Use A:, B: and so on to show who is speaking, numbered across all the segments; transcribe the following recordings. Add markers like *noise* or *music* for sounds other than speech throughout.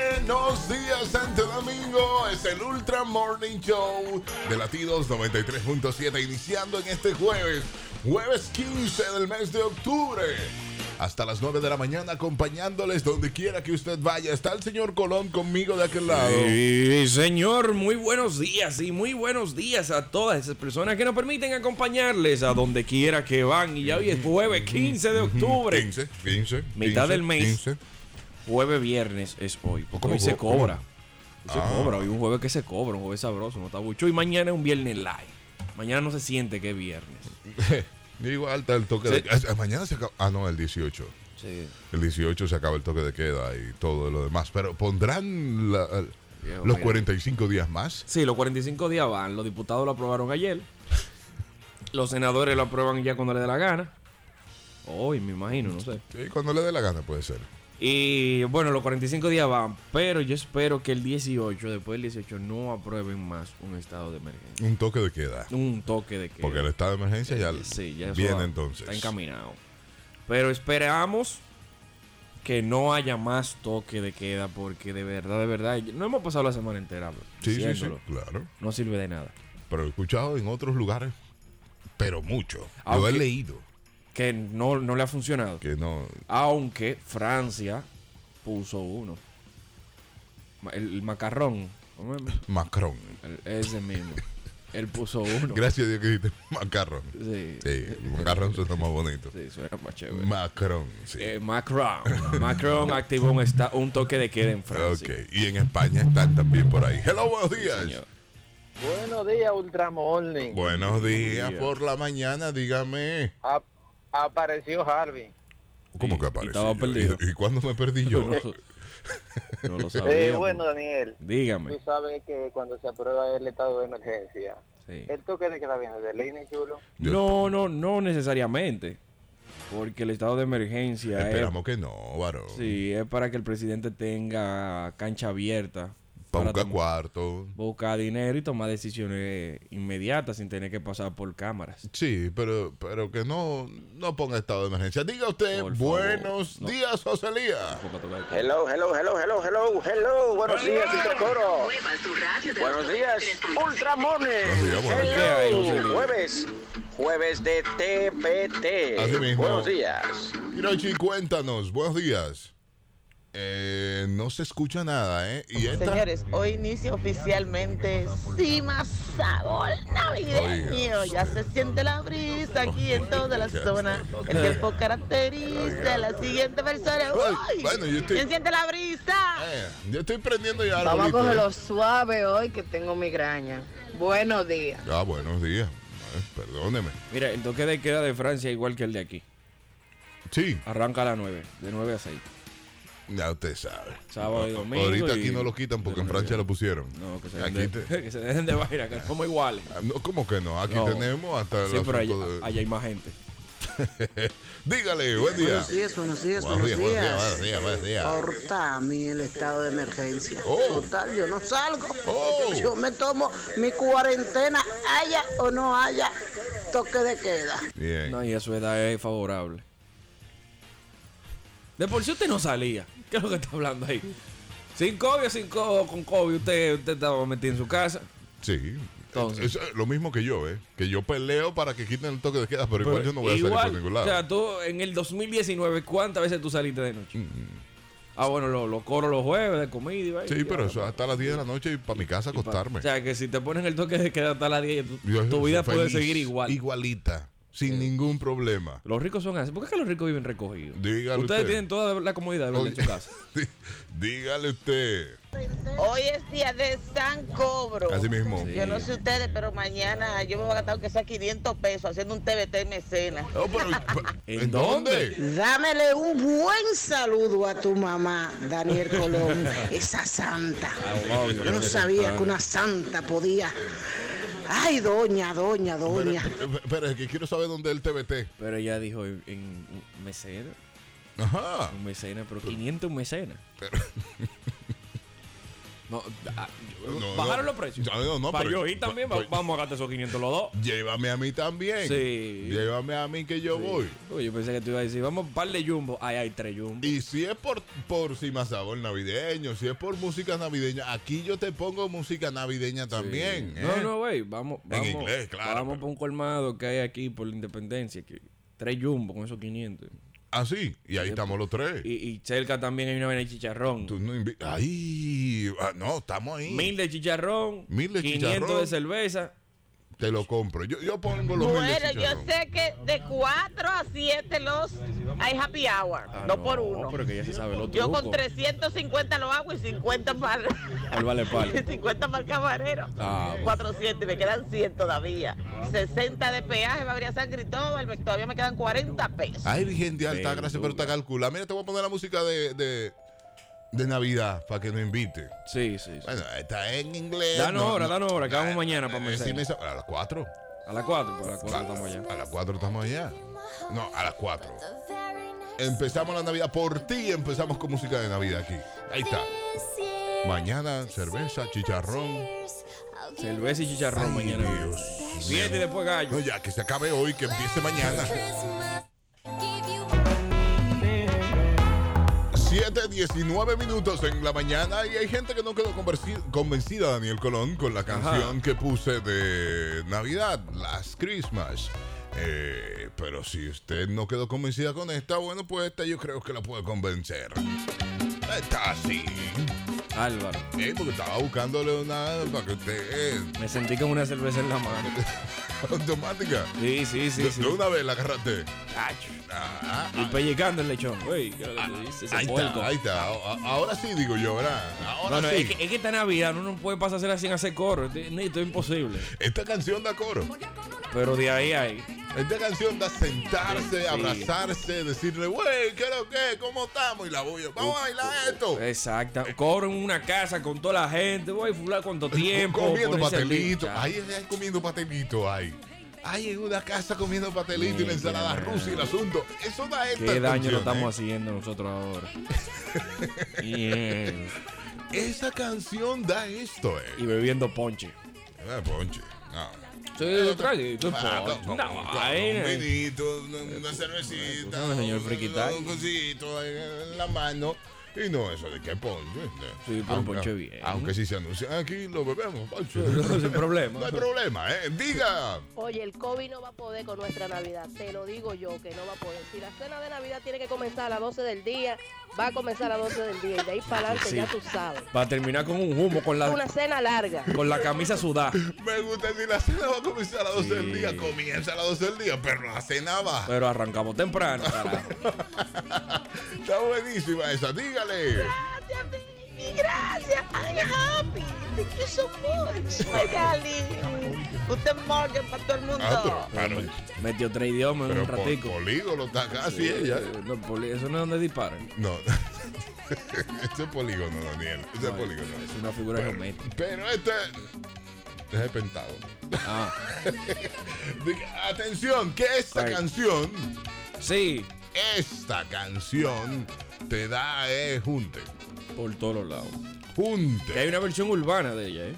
A: Buenos días, Santo Domingo. Es el Ultra Morning Show de Latidos 93.7, iniciando en este jueves, jueves 15 del mes de octubre. Hasta las 9 de la mañana, acompañándoles donde quiera que usted vaya. Está el señor Colón conmigo de aquel lado.
B: Sí, señor, muy buenos días y muy buenos días a todas esas personas que nos permiten acompañarles a donde quiera que van. Y ya hoy es jueves 15 de octubre.
A: 15, 15.
B: Mitad
A: 15,
B: del mes.
A: 15.
B: Jueves, viernes es hoy. Porque
A: ¿Cómo,
B: hoy se
A: cómo?
B: cobra. Hoy se
A: Ah.
B: cobra. Hoy es un jueves que se cobra, un jueves sabroso, no está bucho. Y mañana es un viernes live. Mañana no se siente que es viernes.
A: *laughs* Igual está el toque de Ah, Mañana se acaba. Ah, no, el 18.
B: Sí.
A: El 18 se acaba el toque de queda y todo lo demás. Pero pondrán la- los 45 días más.
B: Sí, los 45 días van. Los diputados lo aprobaron ayer. Los senadores lo aprueban ya cuando le dé la gana. Hoy, me imagino, no sé.
A: Sí, cuando le dé la gana puede ser.
B: Y bueno, los 45 días van, pero yo espero que el 18, después del 18, no aprueben más un estado de emergencia.
A: Un toque de queda.
B: Un toque de que
A: Porque el estado de emergencia ya,
B: sí, ya eso
A: viene
B: va-
A: entonces.
B: Está encaminado. Pero esperamos que no haya más toque de queda, porque de verdad, de verdad, no hemos pasado la semana entera. bro,
A: Sí, sí, sí,
B: diciéndolo.
A: claro.
B: No sirve de nada.
A: Pero he escuchado en otros lugares, pero mucho. Lo he
B: Aunque-
A: leído.
B: Que no, no le ha funcionado.
A: Que no.
B: Aunque Francia puso uno. Ma- El, el macarrón. ¿cómo es?
A: Macron.
B: El- ese mismo. Él puso uno.
A: Gracias a Dios que dijiste *laughs* macarrón.
B: Sí.
A: Sí, macarrón suena más bonito.
B: Sí, suena más
A: Mm.
B: chévere.
A: Macron, sí.
B: Eh, Macron. Macron activó un, esta- un toque de queda en Francia.
A: ok. Y en España están también por ahí. Hello, buenos
B: Sí,
A: días.
B: señor.
C: Buenos días, Ultramorning.
A: Buenos días
B: días.
A: por la mañana, dígame.
C: A- apareció Harvey.
A: ¿Cómo
B: Y-
A: que
B: y
A: apareció?
B: estaba
A: yo?
B: perdido. eh.
A: ¿Y, y cuándo me perdí yo?
B: *laughs* No, no lo sabía.
C: Eh,
B: pues.
C: bueno, Daniel, tú
B: Dígame.
C: sabes que cuando se aprueba el estado de emergencia,
B: Sí.
C: el toque de queda viene del INE, chulo.
A: Yo-
B: No, no, no necesariamente. Porque el estado de emergencia es,
A: Esperamos que no, varón.
B: sí, es para que el presidente tenga cancha abierta.
A: Para buscar
B: para tom-
A: cuarto.
B: buscar dinero y tomar decisiones inmediatas sin tener que pasar por cámaras.
A: Sí, pero, pero que no, no ponga estado de emergencia. Diga usted,
B: Por favor.
A: buenos
B: No.
A: días, Joselía.
C: Hello, hello, hello, hello, hello, hello. Buenos días, Ultracoro. Buenos días,
A: Buenos días,
C: Ultramorning.
A: buenos
B: días.
C: Hello. Jueves, jueves de
A: Así
C: TPT.
A: mismo.
C: Buenos días.
A: Hirochi, cuéntanos, buenos días. Eh, no se escucha nada, ¿eh? Y esta...
D: Señores, hoy inicia oficialmente Cima Sabor Navideño. Ya se siente la brisa aquí en toda la zona. El tiempo caracteriza a la siguiente persona.
A: Ay,
D: ¡Uy!
A: bueno, yo estoy-
D: ¿Quién siente la brisa?
A: Eh, yo estoy prendiendo ya
E: Vamos a
A: arbolito, ¿eh?
E: cogerlo suave hoy que tengo migraña. Buenos días.
A: Ah, buenos días. Eh, perdóneme.
B: Mira, el toque de queda de Francia igual que el de aquí.
A: Sí,
B: Arranca a las 9, de 9 a 6.
A: ya usted sabe.
B: Sábado y domingo
A: Ahorita
B: y-
A: aquí no lo quitan porque en Francia lo pusieron.
B: No, que se,
A: Aquí
B: dejen de,
A: te-
B: *laughs* que se dejen de vaina, que somos iguales.
A: Ah, no, ¿Cómo que no? Aquí
B: No.
A: tenemos hasta *laughs* el
B: Sí, pero allá,
A: asunto de-
B: allá hay más gente.
A: Dígale, buen día.
F: Buenos días, buenos días,
A: Buenos días,
F: buenos
A: buenos días, buenos
F: días.
A: días, buenos días.
F: Corta a mí el estado de emergencia.
A: Oh.
F: Total, yo no salgo.
A: Oh.
F: Yo me tomo mi cuarentena, haya o no haya toque de queda.
A: Bien.
B: No, y a su edad es favorable. De por sí usted no salía. ¿Qué es lo que está hablando ahí? Sin COVID o sin COVID, con COVID, usted, usted estaba metido en su casa.
A: Sí.
B: Entonces.
A: Es, eh, lo mismo que yo, ¿eh? Que yo peleo para que quiten el toque de queda, pero igual Pues yo no voy a salir por ningún lado.
B: O sea, tú en el 2019, ¿cuántas veces tú saliste de noche?
A: Mm.
B: Ah, bueno, los lo coros los jueves de comida y vaina.
A: sí, pero eso hasta las 10 de la noche y para mi casa acostarme.
B: O sea, que si te ponen el toque de queda hasta las 10, tu,
A: Yo
B: tu vida
A: soy
B: puede
A: feliz,
B: seguir igual.
A: Igualita, sin ningún problema. *laughs*
B: Los ricos son así. ¿Por qué es que los ricos viven recogidos?
A: Dígalo
B: Ustedes
A: usted.
B: tienen toda la comodidad de verdad en su casa.
A: Oye, Dígale usted.
D: Hoy es día de San Cobro.
A: Así mismo.
D: *laughs* Yo no sé ustedes, pero mañana yo me voy a gastar que sea 500 pesos haciendo un TBT mecenas.
A: Oh, pero-
B: *laughs* ¿En
F: Dámele un buen saludo a tu mamá, Daniel Colón, esa santa.
B: obvio,
F: Yo no
B: obvio.
F: sabía que una santa podía. Ay, doña, doña,
A: Pero,
F: doña.
A: eh, pero es que quiero saber dónde es el TBT.
B: Pero ella dijo en, en mecena,
A: Ajá.
B: un mecena, pero 500 mecenas. *laughs* No, ah,
A: No,
B: bajaron
A: no.
B: los precios.
A: Ya, no, no,
B: Para
A: pero-
B: yo ir también,
A: pero-
B: vamos a gastar esos 500 los dos.
A: Llévame a mí también.
B: Sí.
A: Llévame a mí que yo voy.
B: Uy, yo pensé que tú ibas a decir, vamos a un par de jumbo. Ay, hay tres jumbo.
A: Y si es por, por si más sabor navideño, si es por música navideña, aquí yo te pongo música navideña también. ¿eh?
B: No, no, güey. Vamos, vamos.
A: inglés, claro,
B: Vamos
A: pero-
B: por un colmado que hay aquí por la independencia. Que, tres jumbo con esos 500.
A: Ah, sí. Y ahí estamos los tres.
B: Y, y cerca también hay una vaina de chicharrón.
A: Tú no invi- Ahí. Ah, no, estamos ahí.
B: Mil de chicharrón.
A: Mil de
B: 500
A: chicharrón.
B: de cerveza.
A: Te lo compro. Yo, yo pongo los mil de
D: Bueno, yo
A: chicharrón.
D: sé que de 4 a 7 los hay happy hour, no, Ah, por uno.
B: Ah, pero que ya se sabe el otro.
D: Yo con 350 lo hago y 50 *laughs* para
B: El vale
D: *laughs*
B: pal.
D: 50 para el camarero.
B: Ah, bueno.
D: 400 y me quedan 100 todavía. 60 de peaje va a abrir San Cristóbal, me- todavía me quedan 40 pesos.
A: Ay, Virgen de Alta Gracia, pero está calculada. Mira, te voy a poner la música de, de, de Navidad para que nos invite.
B: Sí, sí. sí.
A: Bueno, está en inglés.
B: Danos hora, danos hora, que vamos
A: Eh,
B: mañana para
A: eh,
B: Mercedes.
A: sí, me sa- A las 4.
B: A las 4, a las 4 estamos allá.
A: A las 4 estamos allá. No, a las 4. Empezamos la Navidad por ti. Empezamos con música de Navidad aquí. Ahí está. Mañana, cerveza, chicharrón.
B: Cerveza y chicharrón mañana.
A: Dios.
B: Siete y después gallo.
A: No, ya que se acabe hoy, que empiece mañana. 7.19 minutos en la mañana y hay gente que no quedó conversi- convencida, Daniel Colón, con la canción que puse de Navidad, Las Christmas. Eh, pero si usted no quedó convencida con esta, bueno, pues esta yo creo que la puede convencer. Está así.
B: Álvaro,
A: Eh, porque estaba buscándole una para que usted eh,
B: me sentí con una cerveza en la mano.
A: *laughs* automática.
B: Sí, sí, sí.
A: De-
B: sí.
A: De una vez la agarraste.
B: Cacho.
A: Ah, ah,
B: Y pellicando el lechón. Güey, ¿qué es lo que tú dices?
A: ahí
B: Ese puerco.
A: está, ahí está. A- a- Ahora sí digo yo, ¿verdad? Ahora
B: No, no,
A: sí.
B: es que, es que esta Navidad uno no puede pasar a hacer así en hacer coro. Esto esto es imposible.
A: Esta canción da coro.
B: Pero de ahí a ahí.
A: Esta canción da sentarse,
B: Sí.
A: abrazarse, decirle, güey, ¿qué es lo que? ¿Cómo estamos? Y la voy a, vamos a bailar esto.
B: eh, Exacto. Coro en una casa con toda la gente. Voy a fular
A: *laughs*
B: cuánto tiempo.
A: comiendo
B: ponerse al
A: pastelito.
B: día.
A: Ahí es comiendo pastelito, ahí. Ahí en una casa comiendo pastelito y la
B: Mira.
A: ensalada rusa y el asunto. Eso da esta
B: Qué daño
A: canción,
B: lo estamos
A: ¿eh?
B: haciendo nosotros ahora. Bien.
A: Esa canción da esto,
B: Y
A: eh.
B: bebiendo ponche.
A: Ah, ponche. No.
B: Sí, lo traje, tú
A: Eh, Ah,
B: ponche.
A: con-
B: Una
A: con- con
B: vaina.
A: Un
B: *laughs*
A: vinito, una, una cervecita.
B: No, Eh, señor
A: un-
B: Friquitay.
A: Un cosito en la mano. Y no, eso de que ponche.
B: Sí, pero un ponche bien.
A: Aunque si se anuncia aquí, lo bebemos, ponche.
B: *laughs* Sin problema.
A: No hay problema, ¿eh? Diga.
G: Oye, el COVID no va a poder con nuestra Navidad, te lo digo yo que no va a poder. Si la cena de Navidad tiene que comenzar a las 12 del día, va a comenzar a las 12 del día y de ahí para adelante
B: Sí.
G: ya tú sabes.
B: Para terminar con un humo, con
G: Una
B: la,
G: cena larga.
B: con la camisa sudada.
A: Me gusta si la cena va a comenzar a las 12 del
B: Sí.
A: día. Comienza a las 12 del día, pero la cena va.
B: Pero arrancamos temprano, carajo.
A: Está buenísima esa, dígale.
D: Gracias, baby, gracias. I'm happy. Thank you so much, my darling. Guten Morgen para todo el
A: Ah,
D: mundo.
A: pero, claro,
B: Metió tres idiomas en
A: pero
B: un
A: por-
B: ratico.
A: polígono está casi ella.
B: Eh, no, poli- eso no es donde disparan.
A: No. *laughs* Este es polígono, Daniel. Este es polígono.
B: Es una figura geométrica.
A: Pero este es el pentado. *laughs*
B: Ah,
A: Diga, Atención, que esta
B: Ay.
A: canción,
B: *laughs* sí,
A: esta canción te da eh, junte.
B: por todos los lados. Que hay
A: Junte.
B: una versión urbana de ella, ¿eh?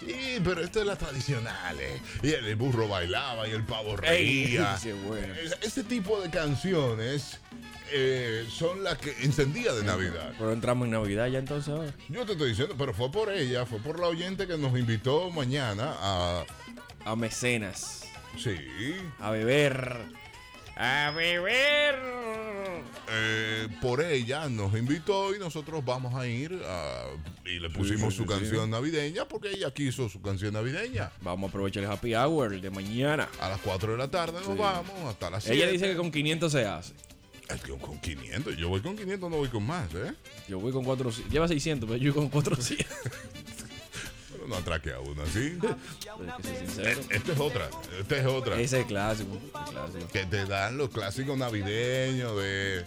A: Y, pero esto es la tradicional. eh. Y el burro bailaba y el pavo reía.
B: *laughs* sí, bueno.
A: Es- Este tipo de canciones eh, son las que encendía de Navidad.
B: Pero entramos en Navidad ya entonces ahora.
A: Yo te estoy diciendo, pero fue por ella, fue por la oyente que nos invitó mañana a...
B: A mecenas.
A: Sí,
B: A beber. A beber.
A: Eh, por ella nos invitó y nosotros vamos a ir a- y le pusimos su
B: Sí, sí, sí,
A: canción navideña porque ella quiso su canción navideña.
B: Vamos a aprovechar el happy hour de mañana.
A: A las 4 de la tarde nos vamos hasta las 7.
B: Ella dice que con 500 se hace.
A: Es que con 500, yo voy con 500, no voy con más, ¿eh?
B: Yo voy con 400. Lleva 600, pero yo voy con 400.
A: Pero no atraque a uno así.
B: Ah. Hay que ser sincero.
A: Esta es otra, esta es otra.
B: Ese es clásico. el clásico.
A: Que te dan los clásicos navideños de...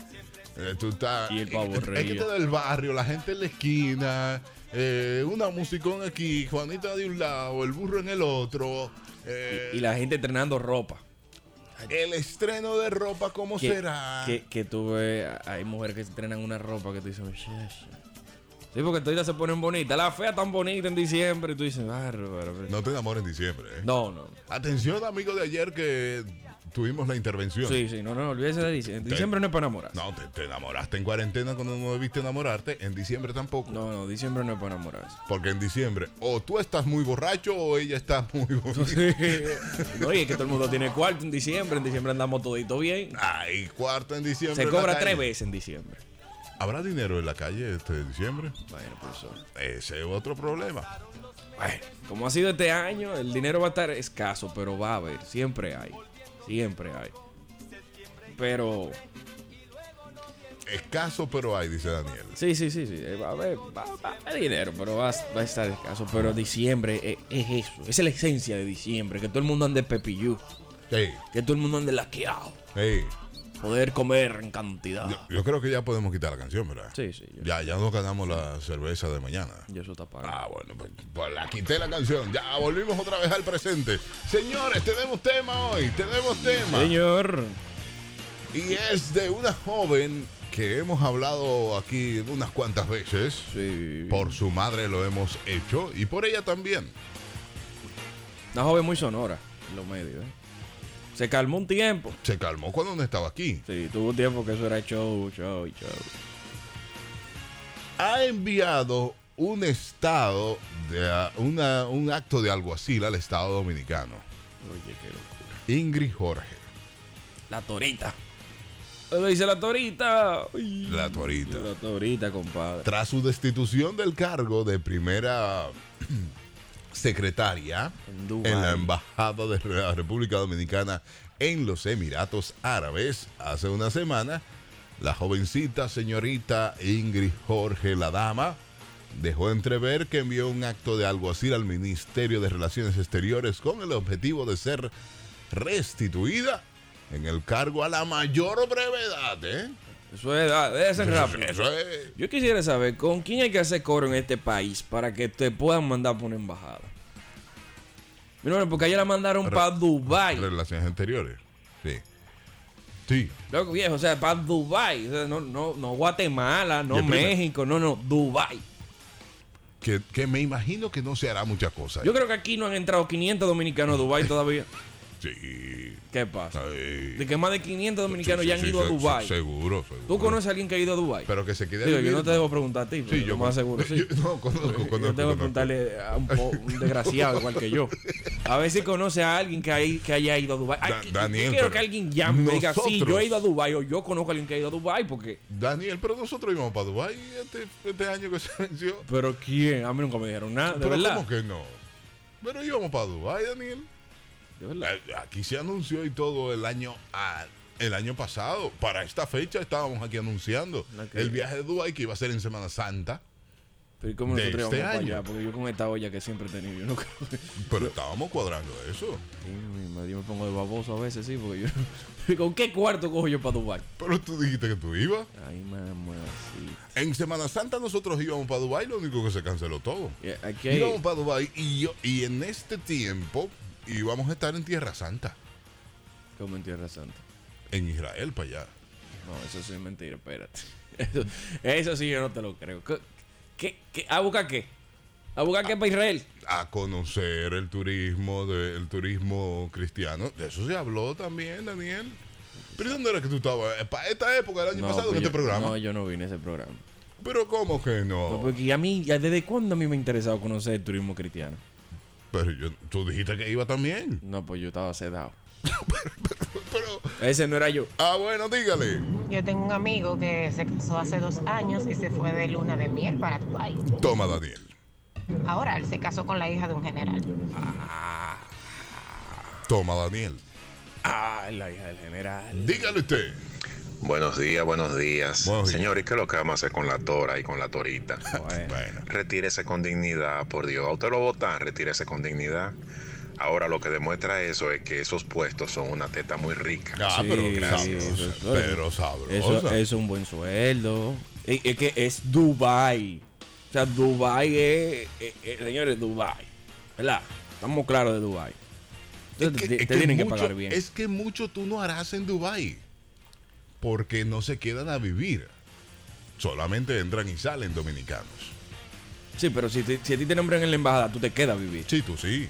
A: eh, tú estás,
B: Y el pavo
A: es, es que
B: reío.
A: te da el barrio, la gente en la esquina, eh, una musicón aquí, Juanita de un lado, el burro en el otro. eh,
B: Y la gente entrenando ropa.
A: El estreno de ropa, ¿cómo
B: Que,
A: será?
B: que, que tú ves, hay mujeres que entrenan una ropa que tú dices, "Oye, oye". Sí, porque todas se ponen bonitas. La fea tan bonita en diciembre y tú dices, bárbaro. pero-
A: No te enamores en diciembre. ¿eh?
B: No, no.
A: Atención, amigo de ayer que tuvimos la intervención.
B: Sí, sí, no, no, olvídese de diciembre. Diciembre no es para enamorar.
A: No, te, te enamoraste en cuarentena cuando no debiste enamorarte. En diciembre tampoco.
B: No, no, diciembre no es
A: *laughs*
B: para enamorarse.
A: Porque en diciembre o tú estás muy borracho o ella está muy
B: *laughs*
A: borracha.
B: no, y es que todo el mundo tiene cuarto en diciembre. En diciembre andamos todito bien.
A: Ay, cuarto en diciembre.
B: Se
A: en Ah, la
B: cobra
A: calle.
B: tres veces en diciembre.
A: ¿Habrá dinero en la calle este diciembre?
B: Bueno, profesor.
A: Ese es otro problema.
B: Bueno, como ha sido este año, el dinero va a estar escaso, pero va a haber. Siempre hay. Siempre hay. Pero.
A: Escaso, pero hay, dice Daniel.
B: Sí, sí, sí, sí. eh, Va a haber, va, va a haber dinero, pero va, a- va a estar escaso. Pero diciembre eh, es, eso. Esa es la esencia de diciembre. Que todo el mundo ande pepillú.
A: Ey,
B: Que todo el mundo ande laqueado.
A: ey,
B: Poder comer en cantidad.
A: Yo, yo creo que ya podemos quitar la canción, ¿verdad?
B: Sí, sí. Yo,
A: Ya, ya nos ganamos la cerveza de mañana.
B: yo eso está pagado.
A: Ah, bueno, pues, pues la quité la canción. Ya volvimos otra vez al presente. Señores, tenemos tema hoy, tenemos tema.
B: Señor.
A: Y es de una joven que hemos hablado aquí unas cuantas veces.
B: Sí.
A: Por su madre lo hemos hecho y por ella también.
B: Una joven muy sonora en los medios. ¿eh? Se calmó un tiempo.
A: Se calmó cuando no estaba aquí.
B: Sí, tuvo un tiempo que eso era show, show, show.
A: Ha enviado un estado, de, a- una- un acto de alguacil al estado dominicano.
B: Oye, qué locura.
A: Ingrid Jorge,
B: La torita. Lo dice la torita. Ay,
A: la torita.
B: La torita, compadre.
A: Tras su destitución del cargo de primera *clears throat* secretaria
B: En Dubái.
A: en la Embajada de la República Dominicana en los Emiratos Árabes hace una semana, la jovencita señorita Ingrid Jorge la Dama dejó entrever que envió un acto de alguacil al Ministerio de Relaciones Exteriores con el objetivo de ser restituida en el cargo a la mayor brevedad. ¿eh?
B: Eso es, ah, debe ser rápido.
A: Eso es
B: Yo quisiera saber con quién hay que hacer coro en este país para que te puedan mandar por una embajada. Mira, bueno, porque allá la mandaron
A: Re-
B: para Dubai.
A: Relaciones anteriores. Sí. Sí.
B: Loco viejo, o sea, para Dubai. O sea, no, no, no Guatemala,
A: Y
B: no
A: el primer-
B: México, no, no, Dubai.
A: Que, que me imagino que no se hará muchas cosas.
B: Yo creo que aquí no han entrado 500 dominicanos a Dubai todavía.
A: Sí.
B: ¿Qué pasa?
A: Ay.
B: De que más de 500 dominicanos
A: Sí,
B: ya han
A: sí,
B: ido a
A: se-
B: Dubai.
A: se- Seguro, seguro.
B: ¿Tú conoces a alguien que ha ido a Dubai?
A: Pero que se quede a
B: Digo, yo
A: vivir,
B: no te debo preguntar a ti.
A: Sí, yo
B: más seguro, sí.
A: *laughs* yo- no, conozco, conozco,
B: Yo tengo que
A: conozco.
B: preguntarle a un, po- un desgraciado igual que yo. A ver si conoce a alguien que, hay- que haya ido a Dubai. Ay,
A: Da-
B: que-
A: Daniel,
B: yo quiero
A: pero
B: que alguien llame y me diga, sí, yo
A: nosotros-
B: he ido a Dubai o yo conozco a alguien que ha ido a Dubai porque...
A: Daniel, pero nosotros íbamos para Dubai este, este año que *laughs* se venció.
B: Pero ¿quién? A mí nunca me dijeron nada, de
A: Pero
B: verdad.
A: ¿cómo que no? Pero íbamos para Dubai, Daniel.
B: De verdad.
A: Eh, Aquí se anunció y todo el año ah, el año pasado. Para esta fecha estábamos aquí anunciando
B: Ok.
A: el viaje de Dubai que iba a ser en Semana Santa.
B: Pero ¿y ¿cómo
A: de
B: nosotros
A: este
B: íbamos para
A: año.
B: allá? Porque yo con esta olla que siempre he tenido, *laughs* yo nunca...
A: Pero estábamos cuadrando eso.
B: Yo me, yo me pongo de baboso a veces, sí, porque yo... *laughs* ¿Con qué cuarto cojo yo para Dubai?
A: Pero tú dijiste que tú ibas.
B: Ay, mamá, sí.
A: En Semana Santa nosotros íbamos para Dubai, lo único que se canceló todo.
B: Yeah, aquí hay-
A: Íbamos para Dubai y yo y en este tiempo íbamos a estar en Tierra Santa,
B: Como en Tierra Santa.
A: en Israel para allá.
B: No, eso sí es mentira, espérate. *laughs* Eso, eso sí yo no te lo creo. ¿Qué, qué, qué? a buscar qué? ¿A buscar
A: Ah,
B: qué para Israel?
A: A conocer el turismo de- el turismo cristiano. De eso se habló también, Daniel. Pero ¿y ¿dónde era que tú estabas? Eh, Para esta época del año pasado en
B: pues
A: este
B: yo-
A: programa.
B: No, yo no vine a ese programa.
A: Pero ¿cómo que
B: Pues
A: no?
B: Porque a mí, ya ¿desde cuándo a mí me ha interesado conocer el turismo cristiano?
A: Pero yo, tú dijiste que iba también.
B: No, pues yo estaba sedado.
A: Pero,
B: Ese no era yo.
A: ah, bueno, dígale.
H: Yo tengo un amigo que se casó hace dos años y se fue de luna de miel para Dubái.
A: Toma, Daniel.
H: Ahora él se casó con la hija de un general.
A: Toma, Daniel.
B: Ah, la hija del general.
A: Dígale usted.
I: Buenos días, buenos días.
A: Buenos días.
I: Señores, ¿qué es lo que vamos a hacer con la tora y con la torita?
B: Bueno,
A: Bueno.
I: retírese con dignidad, por Dios. A usted lo votan, retírese con dignidad. Ahora lo que demuestra eso es que esos puestos son una teta muy rica.
A: Ah,
B: Sí,
A: pero
B: sí,
A: sabrosa.
B: eso es-
A: pero sabrosa.
B: eso eso es un buen sueldo. Es, es que es Dubai. O sea, Dubai es, es- es- señores, Dubai. ¿Verdad? Estamos claros de Dubai.
A: Es que-
B: Entonces, te,
A: es
B: te
A: que
B: tienen que
A: mucho-
B: pagar bien.
A: Es que mucho tú no harás en Dubai porque no se quedan a vivir. Solamente entran y salen dominicanos.
B: Sí, pero si, te- si a ti te nombran en la embajada, tú te quedas a vivir.
A: Sí, tú sí.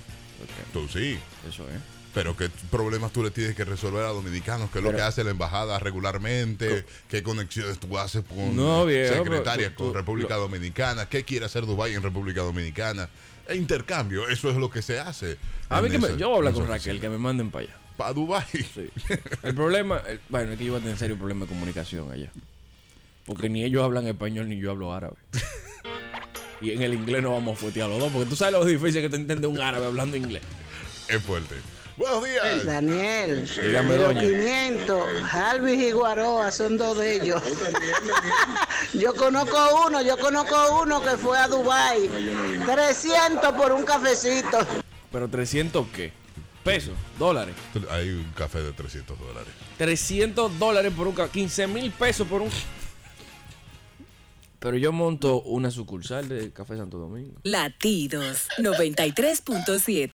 A: Tú sí.
B: Eso es.
A: Pero qué problemas tú le tienes que resolver a dominicanos, qué es lo
B: Pero-
A: que hace la embajada regularmente, qué conexiones tú haces con
B: No, viejo, pero
A: secretarias
B: tú-
A: con
B: tú-
A: República Dominicana, qué quiere hacer Dubái en República Dominicana. E intercambio, eso es lo que se hace.
B: A mí
A: en
B: que me,
A: esa-
B: yo voy a hablar
A: en
B: con
A: esa
B: Raquel,
A: oficina.
B: que me manden para allá.
A: Pa' Dubái.
B: *laughs* El problema, el- bueno, es que yo voy a tener serio problema de comunicación allá. Porque ni ellos hablan español ni yo hablo árabe. Y en el inglés no vamos a fuetear los dos, porque tú sabes lo difícil que te entiende un árabe hablando inglés.
A: Es fuerte. Buenos días.
F: Daniel,
B: Dígame,
F: los
B: doña.
F: 500, Alvis y Guaroa son dos de ellos. *laughs* yo conozco uno, yo conozco uno que fue a Dubai. 300 por un cafecito.
B: Pero 300 qué? Pesos, dólares.
A: Hay un café de 300 dólares.
B: 300 dólares por un ca- 15 mil pesos por un. Pero yo monto una sucursal de Café Santo Domingo.
J: Latidos 93.7.